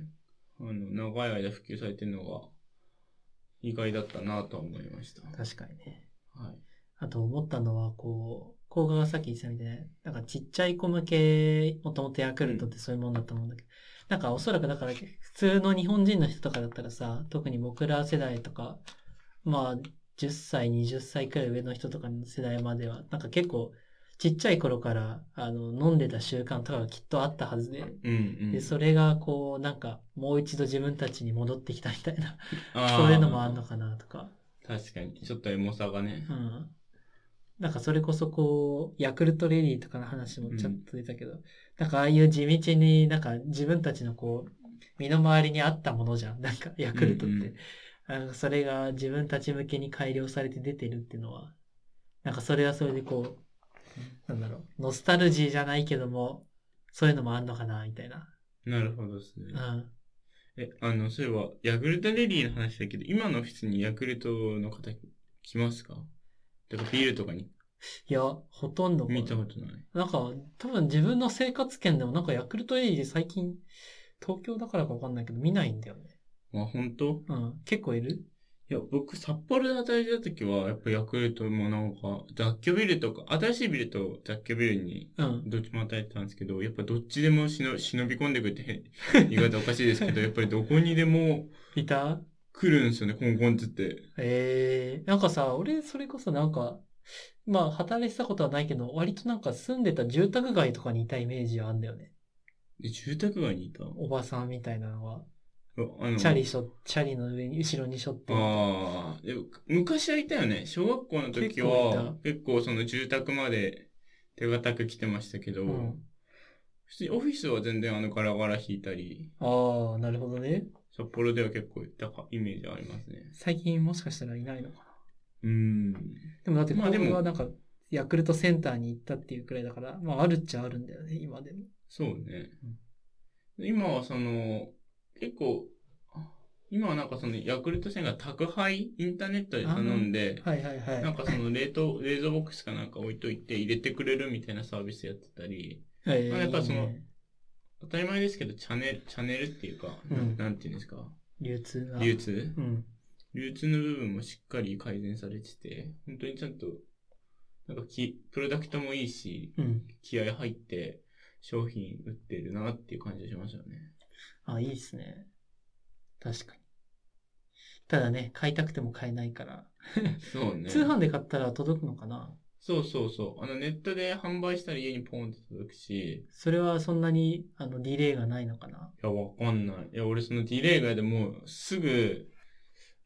[SPEAKER 1] あの、長い間普及されてるのが意外だったなとは思いました。
[SPEAKER 2] 確かにね。
[SPEAKER 1] はい。
[SPEAKER 2] あと思ったのは、こう、高画がさっき言ってたみたいな、なんかちっちゃい子向け、もともとヤクルトってそういうもんだと思うんだけど、なんかおそらくだから普通の日本人の人とかだったらさ、特に僕ら世代とか、まあ10歳、20歳くらい上の人とかの世代までは、なんか結構ちっちゃい頃から、あの、飲んでた習慣とかがきっとあったはずで、
[SPEAKER 1] うんうん。
[SPEAKER 2] で、それがこう、なんかもう一度自分たちに戻ってきたみたいな、
[SPEAKER 1] あー
[SPEAKER 2] そういうのもあんのかなとか。
[SPEAKER 1] 確かに、ちょっとエモさがね
[SPEAKER 2] う。ん。なんかそれこそこう、ヤクルトレディとかの話もちょっと出たけど、なんかああいう地道になんか自分たちのこう、身の回りにあったものじゃん。なんかヤクルトって。
[SPEAKER 1] うんうん
[SPEAKER 2] なんかそれが自分たち向けに改良されて出てるっていうのは、なんかそれはそれでこう、なんだろう、ノスタルジーじゃないけども、そういうのもあんのかな、みたいな。
[SPEAKER 1] なるほどですね
[SPEAKER 2] う。ん。
[SPEAKER 1] え、あの、そういえば、ヤクルトレディの話だけど、今のオフィスにヤクルトの方来ますかてか、ビールとかに
[SPEAKER 2] いや、ほとんど
[SPEAKER 1] 見たことない。
[SPEAKER 2] なんか、多分自分の生活圏でもなんかヤクルトエイジ最近、東京だからかわかんないけど見ないんだよね。
[SPEAKER 1] あ、本当
[SPEAKER 2] うん。結構いる
[SPEAKER 1] いや、僕、札幌で働いてた時は、やっぱヤクルトもなんか、雑居ビルとか、新しいビルと雑居ビルに、
[SPEAKER 2] うん。
[SPEAKER 1] どっちも働いてたんですけど、やっぱどっちでもしの忍び込んでくって変、 言い方おかしいですけど、やっぱりどこにでも
[SPEAKER 2] いた
[SPEAKER 1] 来るんですよね、コンコンつって。
[SPEAKER 2] ええー。なんかさ、俺、それこそなんか、まあ、働いてたことはないけど、割となんか住んでた住宅街とかにいたイメージはあんだよね。
[SPEAKER 1] え住宅街にいたあ
[SPEAKER 2] おばさんみたいなのは。
[SPEAKER 1] の、
[SPEAKER 2] チャリしょ、チャリの上に、後ろにしょって。
[SPEAKER 1] ああ、でも昔はいたよね。小学校の時は、結構その住宅まで手堅く来てましたけど、
[SPEAKER 2] うん
[SPEAKER 1] 普通にオフィスは全然あのガラガラ引いたり、
[SPEAKER 2] ああ、なるほどね。
[SPEAKER 1] 札幌では結構いたかイメージありますね。
[SPEAKER 2] 最近もしかしたらいないのか
[SPEAKER 1] う
[SPEAKER 2] な。
[SPEAKER 1] ん。
[SPEAKER 2] でもだって、
[SPEAKER 1] まあでも
[SPEAKER 2] はなんか、ヤクルトセンターに行ったっていうくらいだから、まあ、あるっちゃあるんだよね、今でも。
[SPEAKER 1] そうね。今はその、結構、今はなんかそのヤクルト戦が宅配インターネットで頼んで、
[SPEAKER 2] はいはいはい。
[SPEAKER 1] なんかその冷凍、冷蔵ボックスかなんか置いといて入れてくれるみたいなサービスやってたり、
[SPEAKER 2] えー
[SPEAKER 1] まあやっぱその
[SPEAKER 2] いいね
[SPEAKER 1] 当たり前ですけど、チャンネル、チャンネルっていうか、
[SPEAKER 2] うん
[SPEAKER 1] なんなんていうんですか、
[SPEAKER 2] 流通が。
[SPEAKER 1] 流通
[SPEAKER 2] うん。
[SPEAKER 1] 流通の部分もしっかり改善されてて、本当にちゃんと、なんかき、プロダクトもいいし、
[SPEAKER 2] うん。
[SPEAKER 1] 気合入って、商品売ってるなっていう感じがしましたよね。
[SPEAKER 2] あ、いいですね。確かに。ただね、買いたくても買えないから。
[SPEAKER 1] そうね。
[SPEAKER 2] 通販で買ったら届くのかな
[SPEAKER 1] そうそうそう。あの、ネットで販売したら家にポンって届くし、
[SPEAKER 2] それはそんなに、あの、ディレイがないのかない
[SPEAKER 1] や、わかんない。いや、俺そのディレイがでもうすぐ、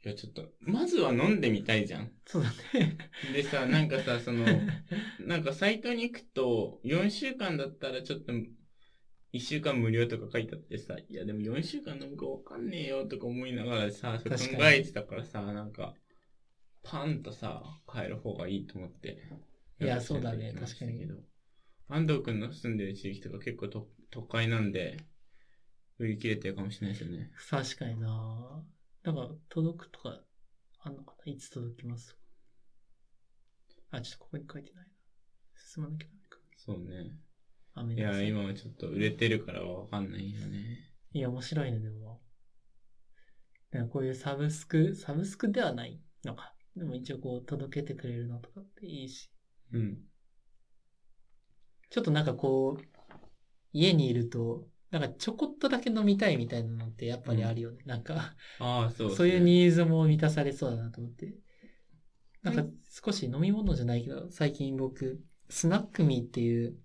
[SPEAKER 1] いや、ちょっと、まずは飲んでみたいじゃん。
[SPEAKER 2] そうだね。
[SPEAKER 1] でさ、なんかさ、その、なんかサイトに行くと、4週間だったらちょっと、1 1週間無料とか書いてあってさ、いやでも4週間飲むかわかんねえよとか思いながらさ、それ考
[SPEAKER 2] 確かに
[SPEAKER 1] えてたからさ、なんか、パンとさ、変える方がいいと思って。
[SPEAKER 2] い
[SPEAKER 1] 選
[SPEAKER 2] や
[SPEAKER 1] 択肢
[SPEAKER 2] そうだね
[SPEAKER 1] に行きました
[SPEAKER 2] 確かに
[SPEAKER 1] けど安藤くんの住んでる地域とか結構都都会なんで、売り切れてるかもしれないですよね。
[SPEAKER 2] 確かになだから、届くとか、あんのかないつ届きますあ、ちょっとここに書いてないな。進まなきゃダメか。
[SPEAKER 1] そうね。
[SPEAKER 2] あ、めん
[SPEAKER 1] い
[SPEAKER 2] ど
[SPEAKER 1] や
[SPEAKER 2] くさ、い
[SPEAKER 1] 今はちょっと売れてるからはわかんないよね。
[SPEAKER 2] いや、面白いね、でも。でもこういうサブスク、サブスクではないのか。でも一応こう、届けてくれるのとかっていいし。
[SPEAKER 1] うん。
[SPEAKER 2] ちょっとなんかこう、家にいると、なんかちょこっとだけ飲みたいみたいなのってやっぱりあるよね。なんか、
[SPEAKER 1] ああ、そう、
[SPEAKER 2] そういう。ニーズも満たされそうだなと思って。なんか少し飲み物じゃないけど、最近僕、スナックミーっていう、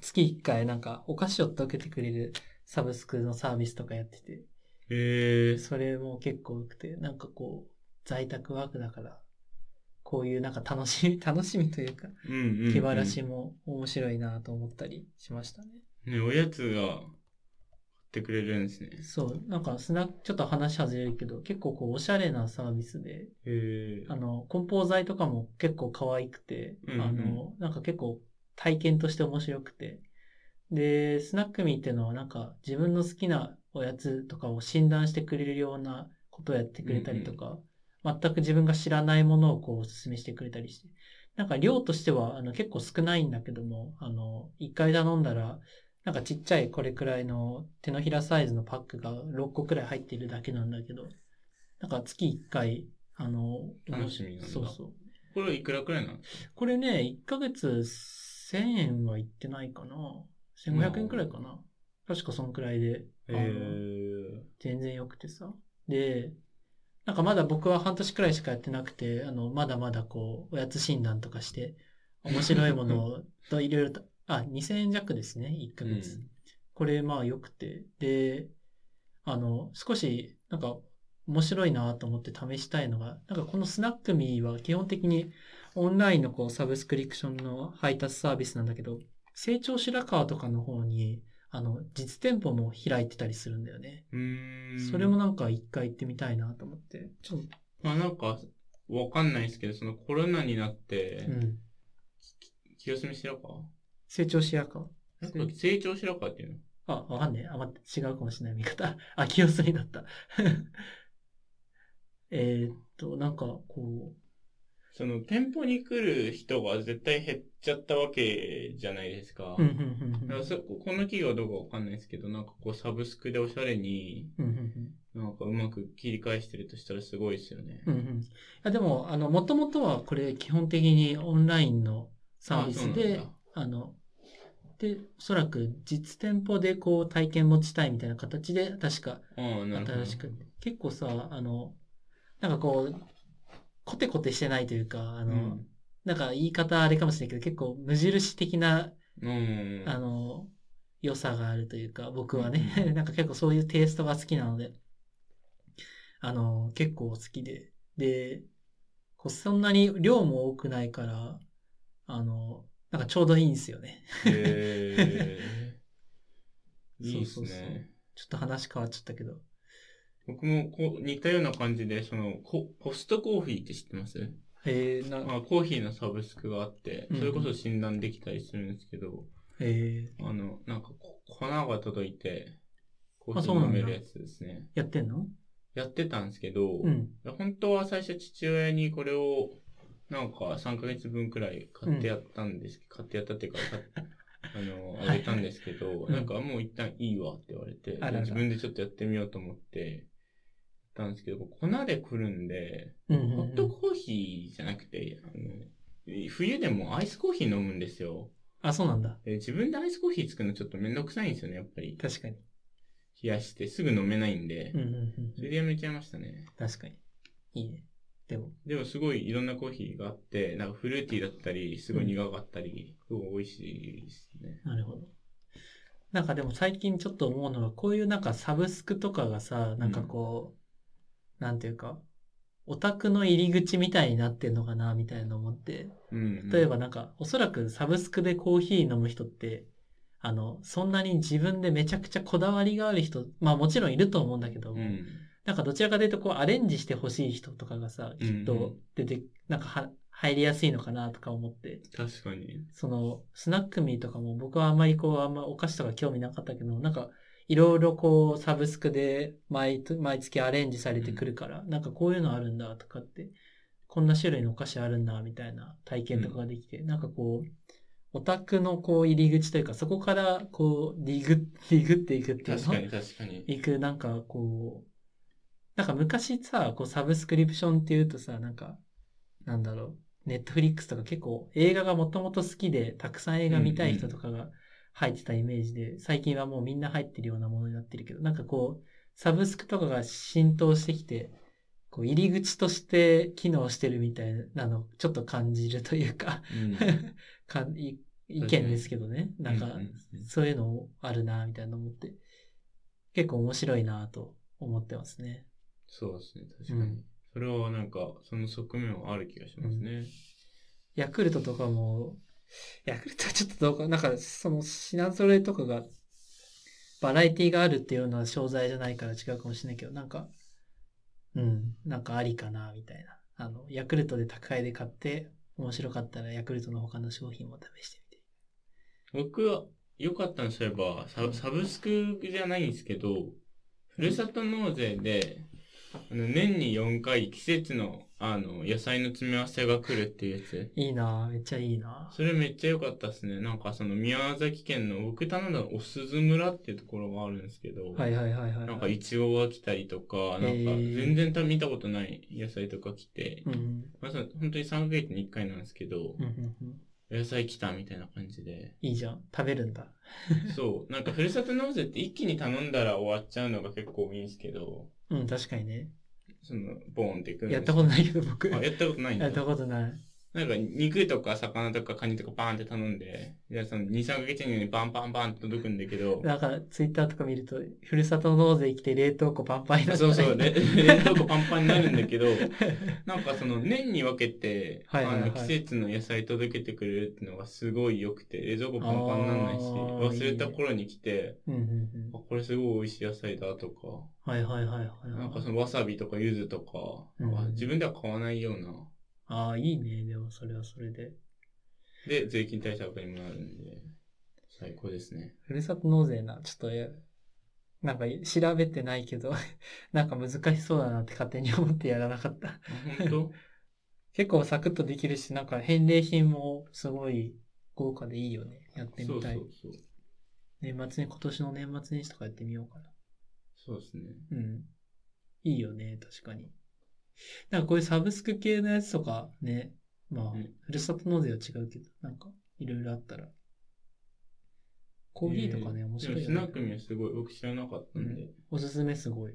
[SPEAKER 2] 月1回なんかお菓子を届けてくれるサブスクのサービスとかやってて、
[SPEAKER 1] へえ。
[SPEAKER 2] それも結構多くて、なんかこう、在宅ワークだから、こういうなんか楽しみ、 楽しみというか、
[SPEAKER 1] うんうん、うん。
[SPEAKER 2] 気晴らしも面白いなと思ったりしましたね。
[SPEAKER 1] ね、おやつが買ってくれるんですね。
[SPEAKER 2] そう、なんかスナック、ちょっと話外れるけど、結構こう、おしゃれなサービスで、
[SPEAKER 1] へえ。
[SPEAKER 2] あの、梱包材とかも結構可愛くて、
[SPEAKER 1] うんうん
[SPEAKER 2] あの、なんか結構体験として面白くて。で、スナックミーっていうのはなんか自分の好きなおやつとかを診断してくれるようなことをやってくれたりとか、全く自分が知らないものをこうお勧めしてくれたりして。なんか量としてはあの結構少ないんだけども、あの、一回頼んだら、なんかちっちゃいこれくらいの手のひらサイズのパックが6個くらい入っているだけなんだけど、なんか月1回、あの、
[SPEAKER 1] 楽しみなんだ
[SPEAKER 2] そうそう。
[SPEAKER 1] これいくらくらいなの
[SPEAKER 2] これね、1ヶ月1000円はいってないかな。1500円くらいかな。確かそのくらいで、あ
[SPEAKER 1] へ
[SPEAKER 2] の
[SPEAKER 1] え。
[SPEAKER 2] 全然良くてさ。で、なんかまだ僕は半年くらいしかやってなくて、あの、まだまだこう、おやつ診断とかして、面白いものをといろいろ と、あ、2000円弱ですね、1ヶ月。
[SPEAKER 1] うん
[SPEAKER 2] これまあ良くて。で、あの、少しなんか面白いなと思って試したいのが、なんかこのスナックミーは基本的にオンラインのこうサブスクリプションの配達サービスなんだけど、成長白川とかの方に、あの、実店舗も開いてたりするんだよね。
[SPEAKER 1] うーん。
[SPEAKER 2] それも。なんか一回行ってみたいなと思って。ちょっと、
[SPEAKER 1] まあなんか、わかんないですけど、そのコロナになって、
[SPEAKER 2] うん。
[SPEAKER 1] 清澄白川
[SPEAKER 2] 成長白川。
[SPEAKER 1] なんか成長白川っていうの
[SPEAKER 2] あ、わかんねえ。あ、待って、違うかもしれない見方。 あ、清澄だった。 えーっと、なんか、こ
[SPEAKER 1] その店舗に来る人が絶対減っちゃったわけじゃないですか。
[SPEAKER 2] う、うん、うん、うん、
[SPEAKER 1] だ
[SPEAKER 2] うん
[SPEAKER 1] からそここの企業はどうかわかんないですけど、なんかこうサブスクでおしゃれに、
[SPEAKER 2] うんうん
[SPEAKER 1] なんかうまく切り返してるとしたらすごいですよね。
[SPEAKER 2] うん、うんうん。いや、でも、あの、もともとはこれ基本的にオンラインのサービスで、
[SPEAKER 1] あ
[SPEAKER 2] あの、で、おそらく実店舗でこう体験持ちたいみたいな形で、確か
[SPEAKER 1] そうなんだああ、なるほど。
[SPEAKER 2] 新しく。結構さ、あの、なんかこう、コテコテしてないというか、あ
[SPEAKER 1] う
[SPEAKER 2] の、
[SPEAKER 1] ん。
[SPEAKER 2] なんか言い方あれかもしれないけど、結構無印的な、
[SPEAKER 1] うん。
[SPEAKER 2] あの、良さがあるというか、僕はね、 なんか結構そういうテイストが好きなので、あの、結構好きで、で、こうそんなに量も多くないから、あの、なんかちょうどいいんですよね。
[SPEAKER 1] へ ーいいです
[SPEAKER 2] そうそうそう
[SPEAKER 1] ね。
[SPEAKER 2] ちょっと話変わっちゃったけど。
[SPEAKER 1] 僕もこう似たような感じで、そのコ、コストコーヒーって知ってます
[SPEAKER 2] えー、な、
[SPEAKER 1] まあ、コーヒーのサブスクがあって
[SPEAKER 2] う、ん
[SPEAKER 1] それこそ診断できたりするんですけど、
[SPEAKER 2] えー、
[SPEAKER 1] あの、なんかこ粉が届いて、コー
[SPEAKER 2] あ
[SPEAKER 1] ヒ
[SPEAKER 2] そう
[SPEAKER 1] ー
[SPEAKER 2] な
[SPEAKER 1] 飲
[SPEAKER 2] んだ
[SPEAKER 1] めるやつですね。
[SPEAKER 2] やってんの
[SPEAKER 1] やってたんですけど、
[SPEAKER 2] うん。
[SPEAKER 1] 本当は最初父親にこれを、なんか3ヶ月分くらい買ってやったんです、買ってやったっていうか、買っ あの、あげたんですけど、
[SPEAKER 2] うん
[SPEAKER 1] なんかもう一旦いいわって言われて、
[SPEAKER 2] あらら
[SPEAKER 1] 自分でちょっとやってみようと思って、やったんですけど、粉でくるんで、
[SPEAKER 2] うんうん
[SPEAKER 1] ホ
[SPEAKER 2] う
[SPEAKER 1] ット
[SPEAKER 2] ん。
[SPEAKER 1] コーヒーじゃなくて、あの、冬でもアイスコーヒー飲むんですよ。
[SPEAKER 2] あ、そうなんだ。
[SPEAKER 1] で自分でアイスコーヒー作るのちょっとめんどくさいんですよね、やっぱり。
[SPEAKER 2] 確かに。
[SPEAKER 1] 冷やしてすぐ飲めないんで
[SPEAKER 2] うん、うんうん
[SPEAKER 1] そ
[SPEAKER 2] うん。
[SPEAKER 1] れでやめちゃいましたね。
[SPEAKER 2] 確かに。いいね。でも、
[SPEAKER 1] でもすごいいろんなコーヒーがあって、なんかフルーティーだったり、すごい苦かったり、すごい美味しいですね。
[SPEAKER 2] なるほど。なんかでも最近ちょっと思うのが、こういうなんかサブスクとかがさ、なんかこう、なんていうか、オタクの入り口みたいになってんのかな、みたいな思って。
[SPEAKER 1] うん、
[SPEAKER 2] 例えばなんか、おそらくサブスクでコーヒー飲む人って、あの、そんなに自分でめちゃくちゃこだわりがある人、まあもちろんいると思うんだけど、
[SPEAKER 1] うん。
[SPEAKER 2] なんかどちらかというとこうアレンジしてほしい人とかがさ、
[SPEAKER 1] うん
[SPEAKER 2] きっと出て、なんかは入りやすいのかなとか思って、
[SPEAKER 1] 確かに。
[SPEAKER 2] その、スナックミーとかも僕はあんまりこう、あんまお菓子とか興味なかったけど、なんか、いろいろこう、サブスクで毎と、毎月アレンジされてくるから、なんかこういうのあるんだとかって、こんな種類のお菓子あるんだみたいな体験とかができて、なんかこう、オタクのこう入り口というか、そこからこう、ディグ、ディグっていくっていう
[SPEAKER 1] 確
[SPEAKER 2] の
[SPEAKER 1] かに確かに。
[SPEAKER 2] いく、なんかこう、なんか昔さ、こうサブスクリプションっていうとさ、なんか、なんだろう、ネットフリックスとか結構映画がもともと好きで、たくさん映画見たい人とかが入ってたイメージで、最近はもうみんな入ってるようなものになってるけど、なんかこう、サブスクとかが浸透してきて、こう入り口として機能してるみたいなのをちょっと感じるというか、
[SPEAKER 1] うん。
[SPEAKER 2] かんい意見ですけどね。なんか
[SPEAKER 1] う、
[SPEAKER 2] そういうのあるな、みたいな思って、結構面白いなと思ってますね。
[SPEAKER 1] そうですね、確か
[SPEAKER 2] う
[SPEAKER 1] に
[SPEAKER 2] ん。
[SPEAKER 1] それはなんか、その側面はある気がしますね。
[SPEAKER 2] ヤクルトとかも、ヤクルトはちょっとどうか、なんかその品揃えとかが、バラエティがあるっていうような商材じゃないから違うかもしれないけど、なんか、うん、なんかありかな、みたいな。あの、ヤクルトで宅配で買って、面白かったらヤクルトの他の商品も試してみて。
[SPEAKER 1] 僕は、良かったのすれば、サブサブスクじゃないんですけど、ふるさと納税で、あの年に4回季節のあの野菜の詰め合わせが来るっていうやつ。
[SPEAKER 2] いいなめっちゃいいな
[SPEAKER 1] それめっちゃ良かったですね。なんかその宮崎県の僕頼んだのおすず村っていうところがあるんですけど、
[SPEAKER 2] はいはいはいはいはい。
[SPEAKER 1] なんかイチゴが来たりとか、なんか
[SPEAKER 2] ー
[SPEAKER 1] 全然た見たことない野菜とか来て、
[SPEAKER 2] うんうん、
[SPEAKER 1] まあ、その本当に3ヶ月に1回なんですけど
[SPEAKER 2] うん、うんうん。。
[SPEAKER 1] お野菜来たみたいな感じで
[SPEAKER 2] いいじゃん。食べるんだ。
[SPEAKER 1] そう。なんかふるさと納税って一気に頼んだら終わっちゃうのが結構多いんですけど、
[SPEAKER 2] うん、確かにね。
[SPEAKER 1] その、ボーンっていくんです
[SPEAKER 2] やったことないけど、僕。
[SPEAKER 1] あ、
[SPEAKER 2] や
[SPEAKER 1] やったことないんだ。
[SPEAKER 2] ったことない。
[SPEAKER 1] なんか肉とか魚とかカニとかバーンって頼んで、いやその2、3ヶ月以内にバンバンバンって届くんだけど、
[SPEAKER 2] なんか、ツイッターとか見ると、ふるさと納税来て冷凍庫パンパンになった
[SPEAKER 1] そうそう、
[SPEAKER 2] ね
[SPEAKER 1] ね、冷凍庫パンパンになるんだけど、なんかその年に分けて、
[SPEAKER 2] はいはいはい
[SPEAKER 1] あの季節の野菜届けてくれるってのがすごい良くて、冷蔵庫パンパンにならないし、
[SPEAKER 2] あー
[SPEAKER 1] 忘れた頃に来て、
[SPEAKER 2] うんうんうん
[SPEAKER 1] あ。これすごい美味しい野菜だとか、
[SPEAKER 2] はいはいはいはい。
[SPEAKER 1] なんかそのわさびとか柚子とか、
[SPEAKER 2] うん
[SPEAKER 1] あ自分では買わないような、
[SPEAKER 2] ああ、いいね。でも、それはそれで。
[SPEAKER 1] で、税金対策にもなるんで、最高ですね。
[SPEAKER 2] ふるさと納税な、ちょっとや、なんか、調べてないけど、 なんか難しそうだなって勝手に思ってやらなかった。
[SPEAKER 1] あ本 当
[SPEAKER 2] 結構サクッとできるし、なんか返礼品もすごい豪華でいいよね。やって
[SPEAKER 1] そ
[SPEAKER 2] み
[SPEAKER 1] うそ
[SPEAKER 2] た
[SPEAKER 1] う
[SPEAKER 2] い。
[SPEAKER 1] そう。
[SPEAKER 2] 年末に、今年の年末年始とかやってみようかな。
[SPEAKER 1] そうですね。
[SPEAKER 2] うん。いいよね、確かに。なんかこういうサブスク系のやつとかね、まあ、
[SPEAKER 1] うん
[SPEAKER 2] ふるさと納税は違うけど、なんかいろいろあったら。コーヒーとかね、
[SPEAKER 1] え
[SPEAKER 2] 面白い
[SPEAKER 1] で
[SPEAKER 2] よ
[SPEAKER 1] もスナック
[SPEAKER 2] ね。
[SPEAKER 1] ミはすごい、僕知らなかったんで、
[SPEAKER 2] おすすめすごい。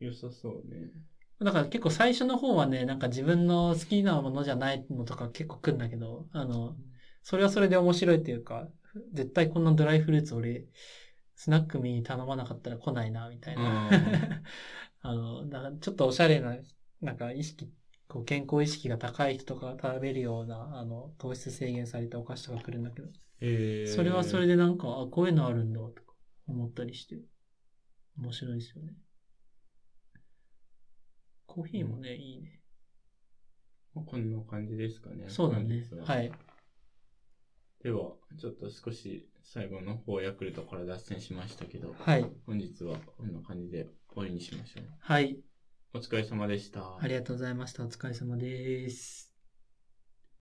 [SPEAKER 1] 良さそうね。
[SPEAKER 2] だから結構最初の方はね、なんか自分の好きなものじゃないのとか結構来るんだけど、あの、それはそれで面白いっていうか、絶対こんなドライフルーツ俺、スナックミに頼まなかったら来ないな、みたいな。 あの、なんかちょっとおしゃれな、なんか意識、こう健康意識が高い人とかが食べるような、あの、糖質制限されたお菓子とか来るんだけど、
[SPEAKER 1] えー
[SPEAKER 2] それはそれでなんか、あ、こういうのあるんだ、とか思ったりして、面白いですよね。コーヒーもね、いいね。
[SPEAKER 1] まあこんな感じですかね。
[SPEAKER 2] そうだね
[SPEAKER 1] 本。日は
[SPEAKER 2] はい。
[SPEAKER 1] では、ちょっと少し最後の方、ヤクルトから脱線しましたけど、
[SPEAKER 2] はい。
[SPEAKER 1] 本日はこんな感じで終わりにしましょ
[SPEAKER 2] はい。
[SPEAKER 1] う。お疲れ様でした。
[SPEAKER 2] ありがとうございました。お疲れ様です。